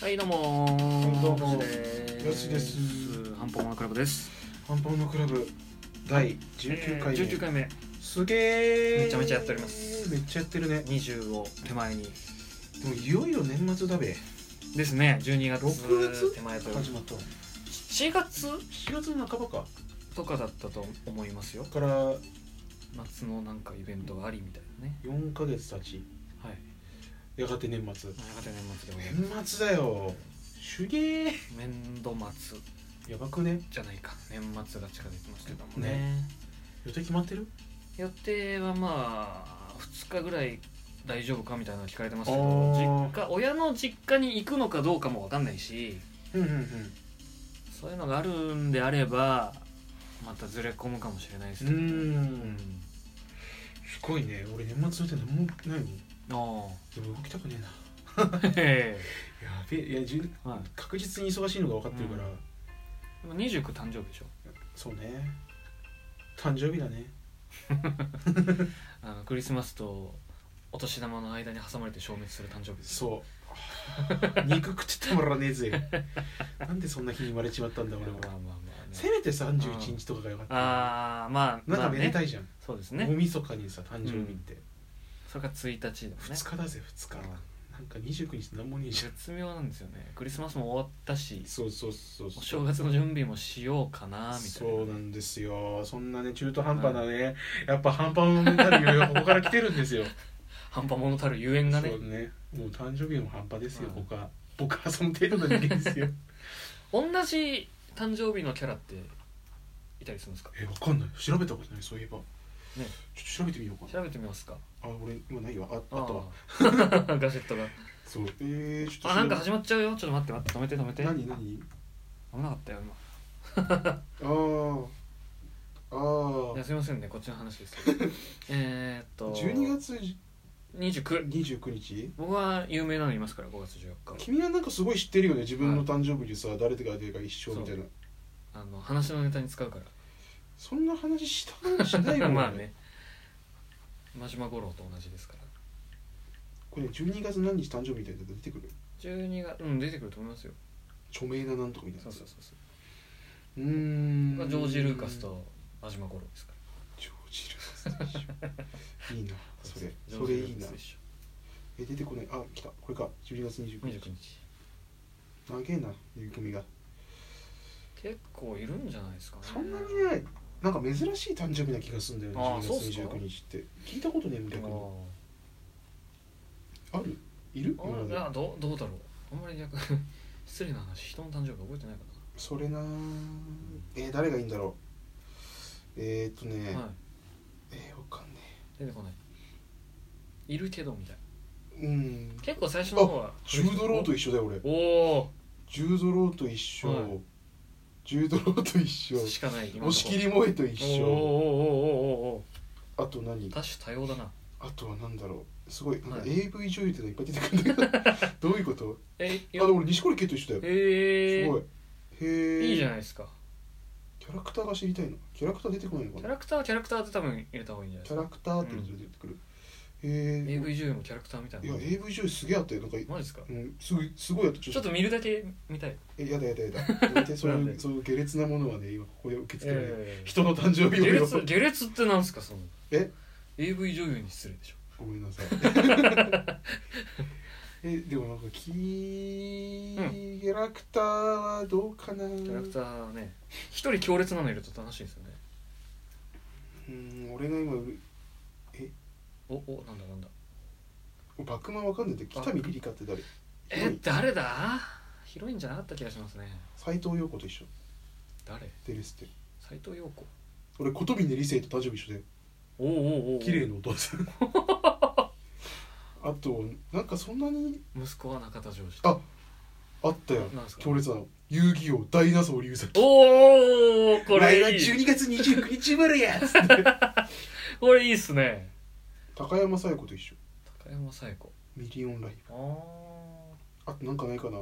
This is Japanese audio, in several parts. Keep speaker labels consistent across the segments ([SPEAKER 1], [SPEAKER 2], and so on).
[SPEAKER 1] はい、どうもー。
[SPEAKER 2] どうも
[SPEAKER 1] よしです。
[SPEAKER 2] よしです
[SPEAKER 1] ハンポンマンクラブです。
[SPEAKER 2] ハンパンのクラブ第19回目、
[SPEAKER 1] 十九回目。
[SPEAKER 2] すげー
[SPEAKER 3] めちゃめちゃやっております
[SPEAKER 2] めっちゃやってるね
[SPEAKER 3] 20を手前に
[SPEAKER 2] でもいよいよ年末だべ
[SPEAKER 1] ですね。十二月。
[SPEAKER 2] 六月
[SPEAKER 3] 手前と
[SPEAKER 2] 始まった
[SPEAKER 1] 七月
[SPEAKER 2] 7月の半ばか
[SPEAKER 1] とかだったと思いますよ。
[SPEAKER 2] から
[SPEAKER 1] 夏のなんかイベントがありみたいなね。
[SPEAKER 2] 4ヶ月経ち
[SPEAKER 1] はい。
[SPEAKER 2] やがて年末
[SPEAKER 1] 長年末でもね。
[SPEAKER 2] 年末だよ手芸
[SPEAKER 1] 年度末
[SPEAKER 2] やばくね
[SPEAKER 1] じゃないか。年末が近づいてますけどもね。
[SPEAKER 2] ね予定決まってる
[SPEAKER 1] 予定はまあ二日ぐらい。大丈夫かみたいなの聞かれてますけ
[SPEAKER 2] あ
[SPEAKER 1] ど
[SPEAKER 2] ー
[SPEAKER 1] 実家親の実家に行くのかどうかもわかんないし
[SPEAKER 2] うんうんうん
[SPEAKER 1] そういうのがあるんであればまたずれ込むかもしれないです
[SPEAKER 2] う
[SPEAKER 1] けどね、
[SPEAKER 2] んすごいね俺年末予定何もないもん
[SPEAKER 1] あ
[SPEAKER 2] でも動きたくねえな
[SPEAKER 1] あへ
[SPEAKER 2] やべえいやじゅ
[SPEAKER 1] えはい
[SPEAKER 2] 確実に忙しいのが分かってるから、
[SPEAKER 1] うでも29誕生日でしょ
[SPEAKER 2] そうね誕生日だね
[SPEAKER 1] あのクリスマスとお年玉の間に挟まれて消滅する誕生日です
[SPEAKER 2] そう 肉食っててもらわねえぜなんでそんな日に生まれちまったんだ俺
[SPEAKER 1] まあまあ
[SPEAKER 2] は
[SPEAKER 1] まあ
[SPEAKER 2] せ
[SPEAKER 1] ね
[SPEAKER 2] めて31日とかがよかったな
[SPEAKER 1] ああまあ
[SPEAKER 2] なん
[SPEAKER 1] ま
[SPEAKER 2] か
[SPEAKER 1] あ
[SPEAKER 2] めで
[SPEAKER 1] ね
[SPEAKER 2] たいじゃん、
[SPEAKER 1] そうです
[SPEAKER 2] 大
[SPEAKER 1] ね
[SPEAKER 2] 晦日にさ誕生日って、
[SPEAKER 1] それが1日だもんね
[SPEAKER 2] 2日だぜ2日、なんか29日なんもねえじゃん
[SPEAKER 1] 絶妙なんですよねクリスマスも終わったし
[SPEAKER 2] そうそうそうそ
[SPEAKER 1] お
[SPEAKER 2] う
[SPEAKER 1] 正月の準備もしようかなみたいな
[SPEAKER 2] そうなんですよそんなね中途半端なね、やっぱ半端になる余裕がここから来てるんで すよ
[SPEAKER 1] 半端者たるゆえん
[SPEAKER 2] そ
[SPEAKER 1] が
[SPEAKER 2] う
[SPEAKER 1] ね
[SPEAKER 2] ねもう誕生日も半端ですよ、
[SPEAKER 1] うん
[SPEAKER 2] 僕は僕はその程度の人間です よ
[SPEAKER 1] 同じ誕生日のキャラっていたりするんですか
[SPEAKER 2] えわかんない調べたことないそういえば
[SPEAKER 1] ね
[SPEAKER 2] ちょっと調べてみようかな
[SPEAKER 1] 調べてみますか
[SPEAKER 2] あ俺今ないわああとは
[SPEAKER 1] は ガジェットが
[SPEAKER 2] そうえー、ちょっと
[SPEAKER 1] あなんか
[SPEAKER 2] そ
[SPEAKER 1] 始まっちゃうよちょっと待って待って止めて止めて
[SPEAKER 2] れ
[SPEAKER 1] 危
[SPEAKER 2] 何何
[SPEAKER 1] なかったよ今
[SPEAKER 2] あー
[SPEAKER 1] いや
[SPEAKER 2] あ
[SPEAKER 1] すいませんねこっちの話ですけ どえーっ
[SPEAKER 2] あ
[SPEAKER 1] と
[SPEAKER 2] 12月
[SPEAKER 1] 29
[SPEAKER 2] 29日
[SPEAKER 1] 僕は有名なのいますから5月14日
[SPEAKER 2] 君はなんかすごい知ってるよね自分の誕生日でさ、誰とか誰か一緒みたいな
[SPEAKER 1] あの話のネタに使うか
[SPEAKER 2] そんな話したしないも
[SPEAKER 1] ら
[SPEAKER 2] ん
[SPEAKER 1] まあね真島五郎と同じですから
[SPEAKER 2] これ12月何日誕生日みたいなの出てくる
[SPEAKER 1] 12月うん出てくると思いますよ
[SPEAKER 2] 著名ななんとかみたいな
[SPEAKER 1] そ
[SPEAKER 2] や
[SPEAKER 1] う
[SPEAKER 2] つ
[SPEAKER 1] そうそうそう
[SPEAKER 2] うーん
[SPEAKER 1] 僕はジョージ・ルーカスと真島五郎ですから
[SPEAKER 2] ジョージ・ルーカスでしょいいなそれ
[SPEAKER 1] ジョ
[SPEAKER 2] そ
[SPEAKER 1] ー
[SPEAKER 2] れ
[SPEAKER 1] ジ
[SPEAKER 2] いいな
[SPEAKER 1] ルーカスでし
[SPEAKER 2] え出てこないあ来たこれか12月
[SPEAKER 1] ょ
[SPEAKER 2] 29日
[SPEAKER 1] 29日
[SPEAKER 2] 長えなゆうくみが
[SPEAKER 1] 結構いるんじゃないですかね
[SPEAKER 2] そんなにねなんか珍しい誕生日な気がするんだよね
[SPEAKER 1] あーそうっす
[SPEAKER 2] 12
[SPEAKER 1] か
[SPEAKER 2] 月29日って聞いたことねえもん
[SPEAKER 1] で
[SPEAKER 2] 逆に
[SPEAKER 1] も
[SPEAKER 2] あるいる今ま
[SPEAKER 1] あい
[SPEAKER 2] で
[SPEAKER 1] やどうどうだろうあんまり逆 失礼な話人の誕生日覚えてないか
[SPEAKER 2] それなーえー、誰がいいんだろうえー、っとね、
[SPEAKER 1] な、はい、
[SPEAKER 2] えー、わかんね
[SPEAKER 1] 出てこないいるけどみたいな
[SPEAKER 2] えうん
[SPEAKER 1] 結構最初の方は
[SPEAKER 2] ジュードローと一緒だよ俺
[SPEAKER 1] おお
[SPEAKER 2] ジュードローと一緒、
[SPEAKER 1] はい
[SPEAKER 2] ジュードローと一緒
[SPEAKER 1] ーしかない
[SPEAKER 2] 押し
[SPEAKER 1] り
[SPEAKER 2] 切り萌えと一
[SPEAKER 1] おーおーおーおー
[SPEAKER 2] 緒
[SPEAKER 1] おーお
[SPEAKER 2] あと何
[SPEAKER 1] ー多種多様だな
[SPEAKER 2] あとは何だろうすごいなんか
[SPEAKER 1] はい
[SPEAKER 2] AV 女優ってのいっぱい出てくるんだけ どどういうこと
[SPEAKER 1] え
[SPEAKER 2] あ
[SPEAKER 1] い
[SPEAKER 2] で
[SPEAKER 1] や
[SPEAKER 2] も俺錦織圭と一緒だよ
[SPEAKER 1] え
[SPEAKER 2] すご
[SPEAKER 1] ー
[SPEAKER 2] いへえ
[SPEAKER 1] いいじゃないですか
[SPEAKER 2] キャラクターが知りたいのキャラクター出てこないの
[SPEAKER 1] キ
[SPEAKER 2] か
[SPEAKER 1] ャ
[SPEAKER 2] な
[SPEAKER 1] ラクターはキャラクターで多分入れた方がいいんじゃない
[SPEAKER 2] キ
[SPEAKER 1] です
[SPEAKER 2] ャラ
[SPEAKER 1] か
[SPEAKER 2] クターって出てくる、へえ
[SPEAKER 1] AV 女優もキャラクターみたい
[SPEAKER 2] い
[SPEAKER 1] な
[SPEAKER 2] や AV 女優すげえあったよなんか、
[SPEAKER 1] マジですか
[SPEAKER 2] うん、すごいすごいあったち
[SPEAKER 1] ちょっと見るだけ見たい
[SPEAKER 2] えやだやだやだや めてそうい
[SPEAKER 1] なんで
[SPEAKER 2] うそういう下劣なものはね今ここで受け付けられない、
[SPEAKER 1] え
[SPEAKER 2] 人の誕生
[SPEAKER 1] ー
[SPEAKER 2] 日
[SPEAKER 1] 下
[SPEAKER 2] をよ
[SPEAKER 1] 劣下劣ってなんですかその
[SPEAKER 2] え
[SPEAKER 1] AV 女優に失礼でしょ
[SPEAKER 2] ごめん なさいえでもなんかキーキャラクターはどうかな
[SPEAKER 1] キャラクターはね一人強烈なのいると楽しいですよね
[SPEAKER 2] うん俺が今う
[SPEAKER 1] おおなんだなんだ
[SPEAKER 2] バックマンわかんないんだけど北見リリカって誰
[SPEAKER 1] え誰だヒロインじゃなかった気がしますね
[SPEAKER 2] 斎藤陽子と一緒
[SPEAKER 1] 誰
[SPEAKER 2] デレスって
[SPEAKER 1] 斎藤陽子
[SPEAKER 2] 俺琴峰理性と誕生日一緒で
[SPEAKER 1] おうおうおう
[SPEAKER 2] 綺麗なお父さんあとなんかそんなに
[SPEAKER 1] 息子は中田ジョージ
[SPEAKER 2] ああったよ
[SPEAKER 1] なんですか
[SPEAKER 2] 強烈なの遊戯王ダイナソー龍崎
[SPEAKER 1] おおこ
[SPEAKER 2] お前は
[SPEAKER 1] れいい
[SPEAKER 2] 12月29日生まれやつって
[SPEAKER 1] これいいっすね
[SPEAKER 2] 高山佐弥子と一緒
[SPEAKER 1] 高山佐弥子
[SPEAKER 2] ミリオンライブ
[SPEAKER 1] ああ
[SPEAKER 2] あとなんかないかな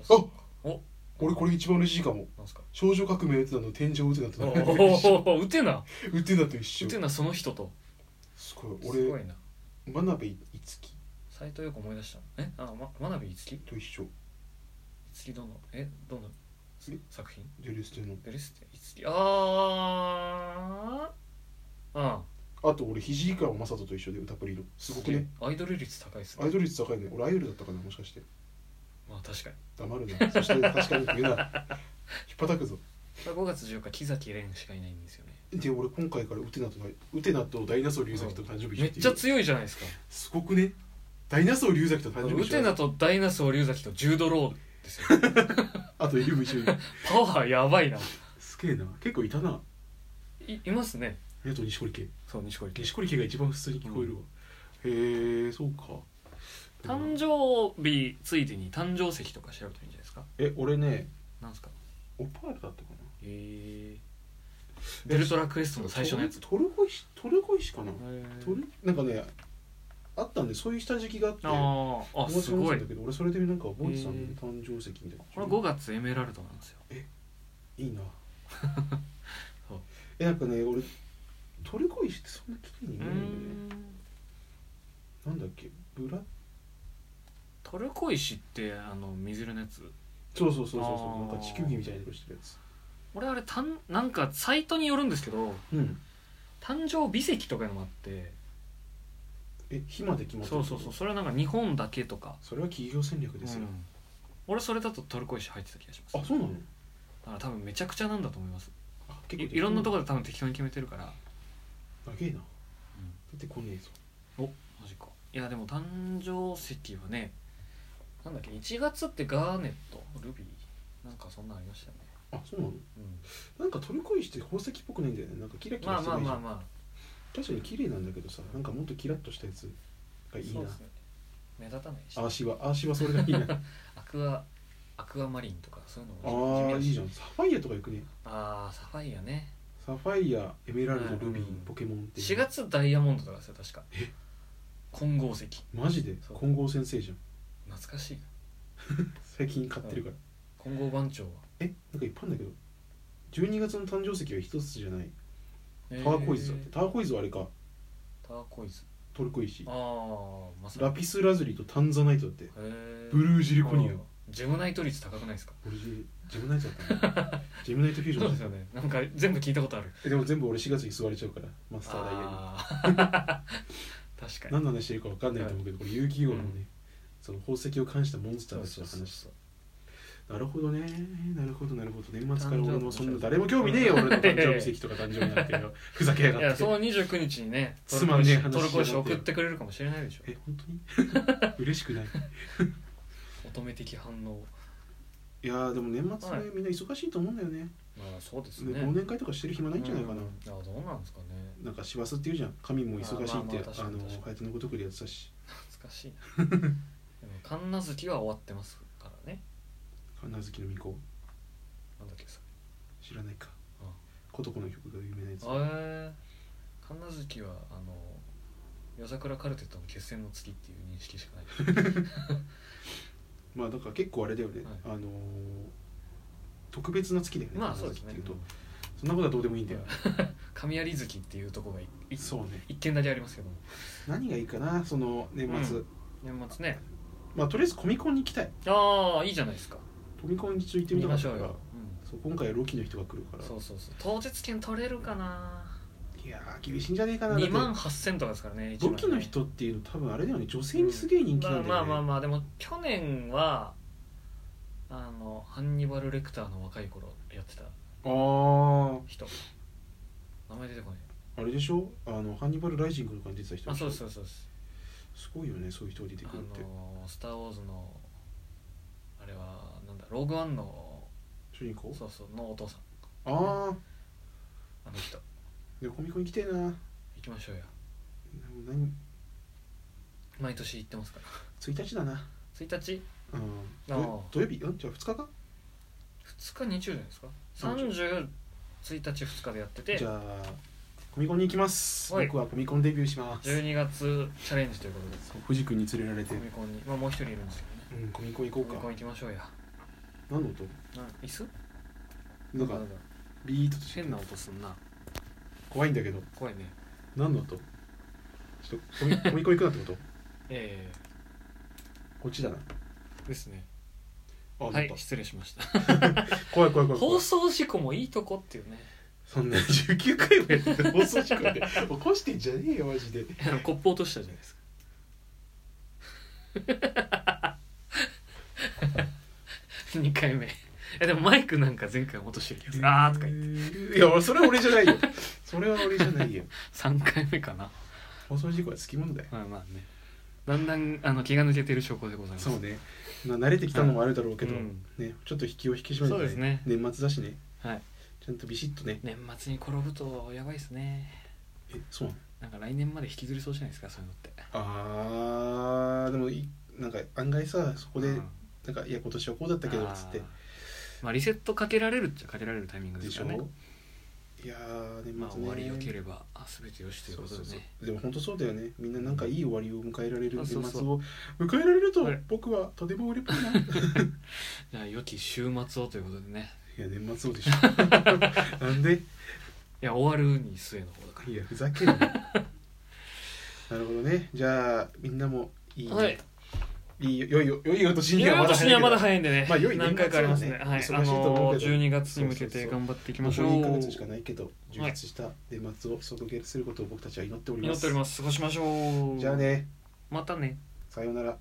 [SPEAKER 1] 佐弥
[SPEAKER 2] あ
[SPEAKER 1] 子お
[SPEAKER 2] 俺これ一番嬉しいかも
[SPEAKER 1] なんすか
[SPEAKER 2] 少女革命ウテナの天井ウテナ
[SPEAKER 1] お
[SPEAKER 2] と
[SPEAKER 1] おうてな
[SPEAKER 2] ウテナと一緒
[SPEAKER 1] うてなその人と
[SPEAKER 2] すごい
[SPEAKER 1] すご
[SPEAKER 2] 俺
[SPEAKER 1] いな
[SPEAKER 2] 真鍋樹
[SPEAKER 1] 斎藤陽子思い出したえあま真鍋樹
[SPEAKER 2] と一緒
[SPEAKER 1] 次どのえどの
[SPEAKER 2] え
[SPEAKER 1] 作品
[SPEAKER 2] ジュリステの
[SPEAKER 1] ベルステいつあーあ
[SPEAKER 2] あと俺肘川雅人と一緒で歌プリのすごくね
[SPEAKER 1] アイドル率高いです
[SPEAKER 2] アイ
[SPEAKER 1] ね
[SPEAKER 2] ドル率高いね俺アイドルだったかなもしかして
[SPEAKER 1] まあ確かに
[SPEAKER 2] 黙るなそして確かに言うな引っ叩くぞ
[SPEAKER 1] 5月14日木崎蓮しかいないんですよね
[SPEAKER 2] で俺今回からウテナとウテナとダイナソー龍崎と誕生日一緒
[SPEAKER 1] めっ
[SPEAKER 2] っ
[SPEAKER 1] て
[SPEAKER 2] いう
[SPEAKER 1] ちゃ強いじゃないですか
[SPEAKER 2] すごくねダイナソー龍崎と誕生日
[SPEAKER 1] ウ
[SPEAKER 2] 一緒
[SPEAKER 1] テナとダイナソー龍崎とジュードローですよ
[SPEAKER 2] あとエリウム一緒に
[SPEAKER 1] パワーやばいな
[SPEAKER 2] すげえな結構いたない
[SPEAKER 1] いますね
[SPEAKER 2] あと錦織圭
[SPEAKER 1] そう西堀
[SPEAKER 2] 錦織圭が一番普通に聞こえるわ、へえそうか
[SPEAKER 1] 誕生日ついでに誕生石とか調べてもいいんじゃないですか
[SPEAKER 2] え俺ね
[SPEAKER 1] なんですか
[SPEAKER 2] オパールだったかな
[SPEAKER 1] へえベルトラクエストの最初のやつ
[SPEAKER 2] トルコ石トルコ石かな、
[SPEAKER 1] へ
[SPEAKER 2] ト
[SPEAKER 1] ー
[SPEAKER 2] ルなんかねあったんでそういう下敷きがあって
[SPEAKER 1] あーあ
[SPEAKER 2] 面
[SPEAKER 1] す
[SPEAKER 2] 白かっ
[SPEAKER 1] ご
[SPEAKER 2] た
[SPEAKER 1] い
[SPEAKER 2] んだけど俺それでなんかボイさん
[SPEAKER 1] へ
[SPEAKER 2] の
[SPEAKER 1] ー
[SPEAKER 2] 誕生石みたいな
[SPEAKER 1] これ5月エメラルドなんですよ
[SPEAKER 2] い いな
[SPEAKER 1] そう
[SPEAKER 2] えなんかね俺トルコ石ってそんな綺麗に
[SPEAKER 1] う
[SPEAKER 2] 見えないんだよね
[SPEAKER 1] ん
[SPEAKER 2] なんだっけブラ
[SPEAKER 1] トルコ石ってあの水色のやつ
[SPEAKER 2] そうそうそうそうそ
[SPEAKER 1] あ
[SPEAKER 2] う
[SPEAKER 1] ー
[SPEAKER 2] なんか地球儀みたいな色してるやつ
[SPEAKER 1] 俺あれたんなんかサイトによるんですけど
[SPEAKER 2] うん
[SPEAKER 1] 誕生美石とかいうのもあって
[SPEAKER 2] え火まで決まって
[SPEAKER 1] そ
[SPEAKER 2] る
[SPEAKER 1] うそうそうそれはなんか日本だけとか
[SPEAKER 2] それは企業戦略ですよ、
[SPEAKER 1] うん俺それだとトルコ石入ってた気がします
[SPEAKER 2] あそうなの
[SPEAKER 1] だから多分めちゃくちゃなんだと思います
[SPEAKER 2] あ
[SPEAKER 1] い
[SPEAKER 2] 結構
[SPEAKER 1] いろんなところで多分適当に決めてるから
[SPEAKER 2] 長えな出てこねえぞ
[SPEAKER 1] おマジかいやでも誕生石はねなんだっけ1月ってガーネットルビーなんかそんなんありましたよね、
[SPEAKER 2] あそうなの
[SPEAKER 1] うん
[SPEAKER 2] なんかトルコ石って宝石っぽくないんだよねなんかキラキラ
[SPEAKER 1] まあ
[SPEAKER 2] して
[SPEAKER 1] まあ
[SPEAKER 2] ないじゃん、
[SPEAKER 1] まあま
[SPEAKER 2] 確かに綺麗なんだけどさなんかもっとキラッとしたやつ
[SPEAKER 1] あ
[SPEAKER 2] がいい
[SPEAKER 1] そう
[SPEAKER 2] な、
[SPEAKER 1] ですね目立たないし
[SPEAKER 2] あーしはあーしはそれがいいな
[SPEAKER 1] アクアアクアマリンとかそういう
[SPEAKER 2] あ
[SPEAKER 1] のも
[SPEAKER 2] ーいいじ
[SPEAKER 1] ゃん
[SPEAKER 2] ゃんサファイアとかよくね
[SPEAKER 1] あーサファイアね
[SPEAKER 2] サファイアエメラルド
[SPEAKER 1] うん
[SPEAKER 2] ルビーポケモンっていう
[SPEAKER 1] 4月ダイヤモンドとかですよ確か混合石
[SPEAKER 2] マジで
[SPEAKER 1] そう
[SPEAKER 2] 混合先生じゃん
[SPEAKER 1] 懐かしいな
[SPEAKER 2] 最近買ってるから
[SPEAKER 1] 混合番長は
[SPEAKER 2] えなんかいっぱいあるんだけど12月の誕生石は一つじゃないタワーコイズだって、
[SPEAKER 1] え
[SPEAKER 2] タワーコイズはあれか
[SPEAKER 1] ータワーコイズ
[SPEAKER 2] トルコ石
[SPEAKER 1] ああまさ
[SPEAKER 2] ラピスラズリとタンザナイトだってブ
[SPEAKER 1] ブ
[SPEAKER 2] ルージリコニア
[SPEAKER 1] ジェムナイト率高くないですか
[SPEAKER 2] 俺ジジェムナイトだっ たなジェムナイトフュージョン
[SPEAKER 1] そう
[SPEAKER 2] だ
[SPEAKER 1] で
[SPEAKER 2] っ
[SPEAKER 1] す
[SPEAKER 2] た
[SPEAKER 1] よねなんか全部聞いたことある
[SPEAKER 2] えでも全部俺4月に座れちゃうからマスターダイヤに
[SPEAKER 1] あー 確かに
[SPEAKER 2] 何の話してるか分かんないと思うけど、これ遊戯王のね、その宝石を冠したモンスターたちの話
[SPEAKER 1] そう
[SPEAKER 2] なるほどねなるほどなるほど年末か
[SPEAKER 1] 誕生
[SPEAKER 2] ら
[SPEAKER 1] 日
[SPEAKER 2] 俺もそんな誰も興味ね えよ俺の誕生日席とか誕生日なんていうのふざけや
[SPEAKER 1] い
[SPEAKER 2] が
[SPEAKER 1] や
[SPEAKER 2] って
[SPEAKER 1] その29日にねト
[SPEAKER 2] つ
[SPEAKER 1] ル
[SPEAKER 2] ま
[SPEAKER 1] コ
[SPEAKER 2] んねえ
[SPEAKER 1] 石
[SPEAKER 2] 話
[SPEAKER 1] トルコ石
[SPEAKER 2] しやがって
[SPEAKER 1] 送ってくれるかもしれないでしょ
[SPEAKER 2] え本当に 嬉しくない
[SPEAKER 1] 乙女的反応
[SPEAKER 2] いやーでも年末ね、
[SPEAKER 1] はい
[SPEAKER 2] みんな忙しいと思うんだよね
[SPEAKER 1] まあそうです
[SPEAKER 2] で
[SPEAKER 1] ね
[SPEAKER 2] 忘年会とかしてる暇ないんじゃないかな、
[SPEAKER 1] うんあどうなんですかね
[SPEAKER 2] なんか師走っていうじゃん神も忙しいって
[SPEAKER 1] あーまあまあ確
[SPEAKER 2] あ
[SPEAKER 1] かに
[SPEAKER 2] の
[SPEAKER 1] 確かに
[SPEAKER 2] ハヤのごとくでやってたし
[SPEAKER 1] 懐かしいな でも神奈月は終わってますからね
[SPEAKER 2] 神奈月の巫女
[SPEAKER 1] なんだっけそ
[SPEAKER 2] 知らないか
[SPEAKER 1] あ
[SPEAKER 2] 琴子の曲が有名なやつ
[SPEAKER 1] れえー、神奈月はあの夜桜カルテットの決戦の月っていう認識しかない
[SPEAKER 2] まあだから結構あれだよね、
[SPEAKER 1] はい
[SPEAKER 2] あのー特別な月だよね
[SPEAKER 1] まあそうですね
[SPEAKER 2] 神奈月っていうとそんなことはどうでもいいんだよ
[SPEAKER 1] 神有月っていうとこがいい
[SPEAKER 2] そうね
[SPEAKER 1] 一軒だけありますけども
[SPEAKER 2] 何がいいかなその年末、
[SPEAKER 1] うん年末ね
[SPEAKER 2] まあとりあえずコミコンに行きたい
[SPEAKER 1] ああいいじゃないですか
[SPEAKER 2] コミコンにちょっと行っ
[SPEAKER 1] 見
[SPEAKER 2] てみたか
[SPEAKER 1] ま
[SPEAKER 2] っ
[SPEAKER 1] したょ
[SPEAKER 2] か
[SPEAKER 1] う
[SPEAKER 2] ら
[SPEAKER 1] よ、う
[SPEAKER 2] そう今回はロキの人が来るから
[SPEAKER 1] ん、そうそうそう当日券取れるかない
[SPEAKER 2] やー厳しいんじゃねえかなだって
[SPEAKER 1] 2万8000とかですからね一
[SPEAKER 2] ロ
[SPEAKER 1] 枚ね
[SPEAKER 2] キの人っていうの多分あれだよね女性にすげえ人気なんだよね、
[SPEAKER 1] まあまあまあまあでも去年はあのハンニバル・レクターの若い頃やってた
[SPEAKER 2] あー
[SPEAKER 1] 人名前出てこない
[SPEAKER 2] あれでしょあのハンニバル・ライジングとかに出てた人
[SPEAKER 1] あ
[SPEAKER 2] でしょ
[SPEAKER 1] そうですそうですそうです
[SPEAKER 2] すごいよねそういう人が出てくるって
[SPEAKER 1] あの「スター・ウォーズ」のあれはなんだローグワンの
[SPEAKER 2] 主人公
[SPEAKER 1] そうそうのお父さん
[SPEAKER 2] ああ
[SPEAKER 1] あの人
[SPEAKER 2] でコミコン行きたいな
[SPEAKER 1] 行きましょうよ
[SPEAKER 2] 何
[SPEAKER 1] 毎年行ってますから
[SPEAKER 2] 1日だな
[SPEAKER 1] 1日
[SPEAKER 2] うん
[SPEAKER 1] あー
[SPEAKER 2] 土土曜日うんじゃあ2日か
[SPEAKER 1] 2日日曜じゃないですか
[SPEAKER 2] 30
[SPEAKER 1] 30一日2日でやってて
[SPEAKER 2] じゃあコミコンに行きます
[SPEAKER 1] はい
[SPEAKER 2] 僕はコミコンデビューします
[SPEAKER 1] 12月チャレンジということで
[SPEAKER 2] そう藤君に連れられて
[SPEAKER 1] コミコンにまあもう一人いるんですけどね
[SPEAKER 2] うんコミコン
[SPEAKER 1] コミ
[SPEAKER 2] 行こう
[SPEAKER 1] コン
[SPEAKER 2] か
[SPEAKER 1] 行きましょうや
[SPEAKER 2] 何の音
[SPEAKER 1] なん椅子
[SPEAKER 2] なん
[SPEAKER 1] な
[SPEAKER 2] か
[SPEAKER 1] んか
[SPEAKER 2] ビートとして
[SPEAKER 1] 変な音すんな
[SPEAKER 2] 怖いんだけど
[SPEAKER 1] 怖いね
[SPEAKER 2] 何の音ちょっとコミ コミコン行くなってこと
[SPEAKER 1] え
[SPEAKER 2] こっちだな
[SPEAKER 1] えですね
[SPEAKER 2] あ、
[SPEAKER 1] は
[SPEAKER 2] はいい、
[SPEAKER 1] 失礼しました
[SPEAKER 2] 怖い怖い怖い怖
[SPEAKER 1] 放
[SPEAKER 2] い
[SPEAKER 1] 送事故もいいとこっていう ね
[SPEAKER 2] そんな19回もやってて放送事故で起こしてんじゃねえよマジで
[SPEAKER 1] あのコップ落としたじゃないですか2回目いやでもマイクなんか前回も落としてる気がするあーとか言って
[SPEAKER 2] いや俺それは俺じゃないよそれは俺じゃないよ
[SPEAKER 1] 3回目かな
[SPEAKER 2] 放送事故はつきもんだよ
[SPEAKER 1] まあまあねだんだんあの気が抜けてる証拠でございます
[SPEAKER 2] そうね、まあ、慣れてきたのもあるだろうけど、
[SPEAKER 1] うん
[SPEAKER 2] ね、ちょっと引きを引き締めて、
[SPEAKER 1] そうですね
[SPEAKER 2] 年末だしね
[SPEAKER 1] はい
[SPEAKER 2] ちゃんとビシッとね
[SPEAKER 1] 年末に転ぶとやばいですね
[SPEAKER 2] えそうなの
[SPEAKER 1] なんか来年まで引きずりそうじゃないですかそういうのって
[SPEAKER 2] あーでもいなんか案外さそこで、
[SPEAKER 1] うん
[SPEAKER 2] なんかいや今年はこうだったけどっつっ
[SPEAKER 1] あ
[SPEAKER 2] て
[SPEAKER 1] ーまあリセットかけられるっちゃかけられるタイミングで
[SPEAKER 2] でし
[SPEAKER 1] す
[SPEAKER 2] ょ、
[SPEAKER 1] よね
[SPEAKER 2] いやー年末ね、
[SPEAKER 1] まあ終わり良ければあ全て良しということでね
[SPEAKER 2] そうそうそうでも本当そうだよねみんななんかいい終わりを迎えられる
[SPEAKER 1] あ
[SPEAKER 2] 年末
[SPEAKER 1] そ
[SPEAKER 2] を
[SPEAKER 1] うそう
[SPEAKER 2] 迎えられると
[SPEAKER 1] はい
[SPEAKER 2] 僕はとても 嬉しいない
[SPEAKER 1] じゃあ良き週末をということでね
[SPEAKER 2] や年末をで しょなんで
[SPEAKER 1] いや終わるに末の方だから
[SPEAKER 2] いやふざけんななるほどねじゃあみんなもいい、ね
[SPEAKER 1] はい、
[SPEAKER 2] いいよ良いよ良いお年
[SPEAKER 1] い
[SPEAKER 2] に
[SPEAKER 1] や
[SPEAKER 2] はまだ
[SPEAKER 1] 私
[SPEAKER 2] 早い
[SPEAKER 1] に
[SPEAKER 2] け
[SPEAKER 1] は
[SPEAKER 2] ど
[SPEAKER 1] まだ早いんでね、
[SPEAKER 2] まあ良い年末
[SPEAKER 1] 何回かありますね
[SPEAKER 2] はね
[SPEAKER 1] はい、
[SPEAKER 2] 忙しい
[SPEAKER 1] あ
[SPEAKER 2] と思う
[SPEAKER 1] の
[SPEAKER 2] けど
[SPEAKER 1] 12月に向け
[SPEAKER 2] そうそう
[SPEAKER 1] て
[SPEAKER 2] そう
[SPEAKER 1] 頑張っていき
[SPEAKER 2] も
[SPEAKER 1] ま
[SPEAKER 2] う
[SPEAKER 1] しょう
[SPEAKER 2] 1ヶ月しかないけど充
[SPEAKER 1] はい
[SPEAKER 2] 実した年末を即決することを僕たちは祈っており
[SPEAKER 1] 祈
[SPEAKER 2] ま
[SPEAKER 1] っ
[SPEAKER 2] す,、
[SPEAKER 1] ております過ごしましょう
[SPEAKER 2] じゃあね
[SPEAKER 1] またね
[SPEAKER 2] さようなら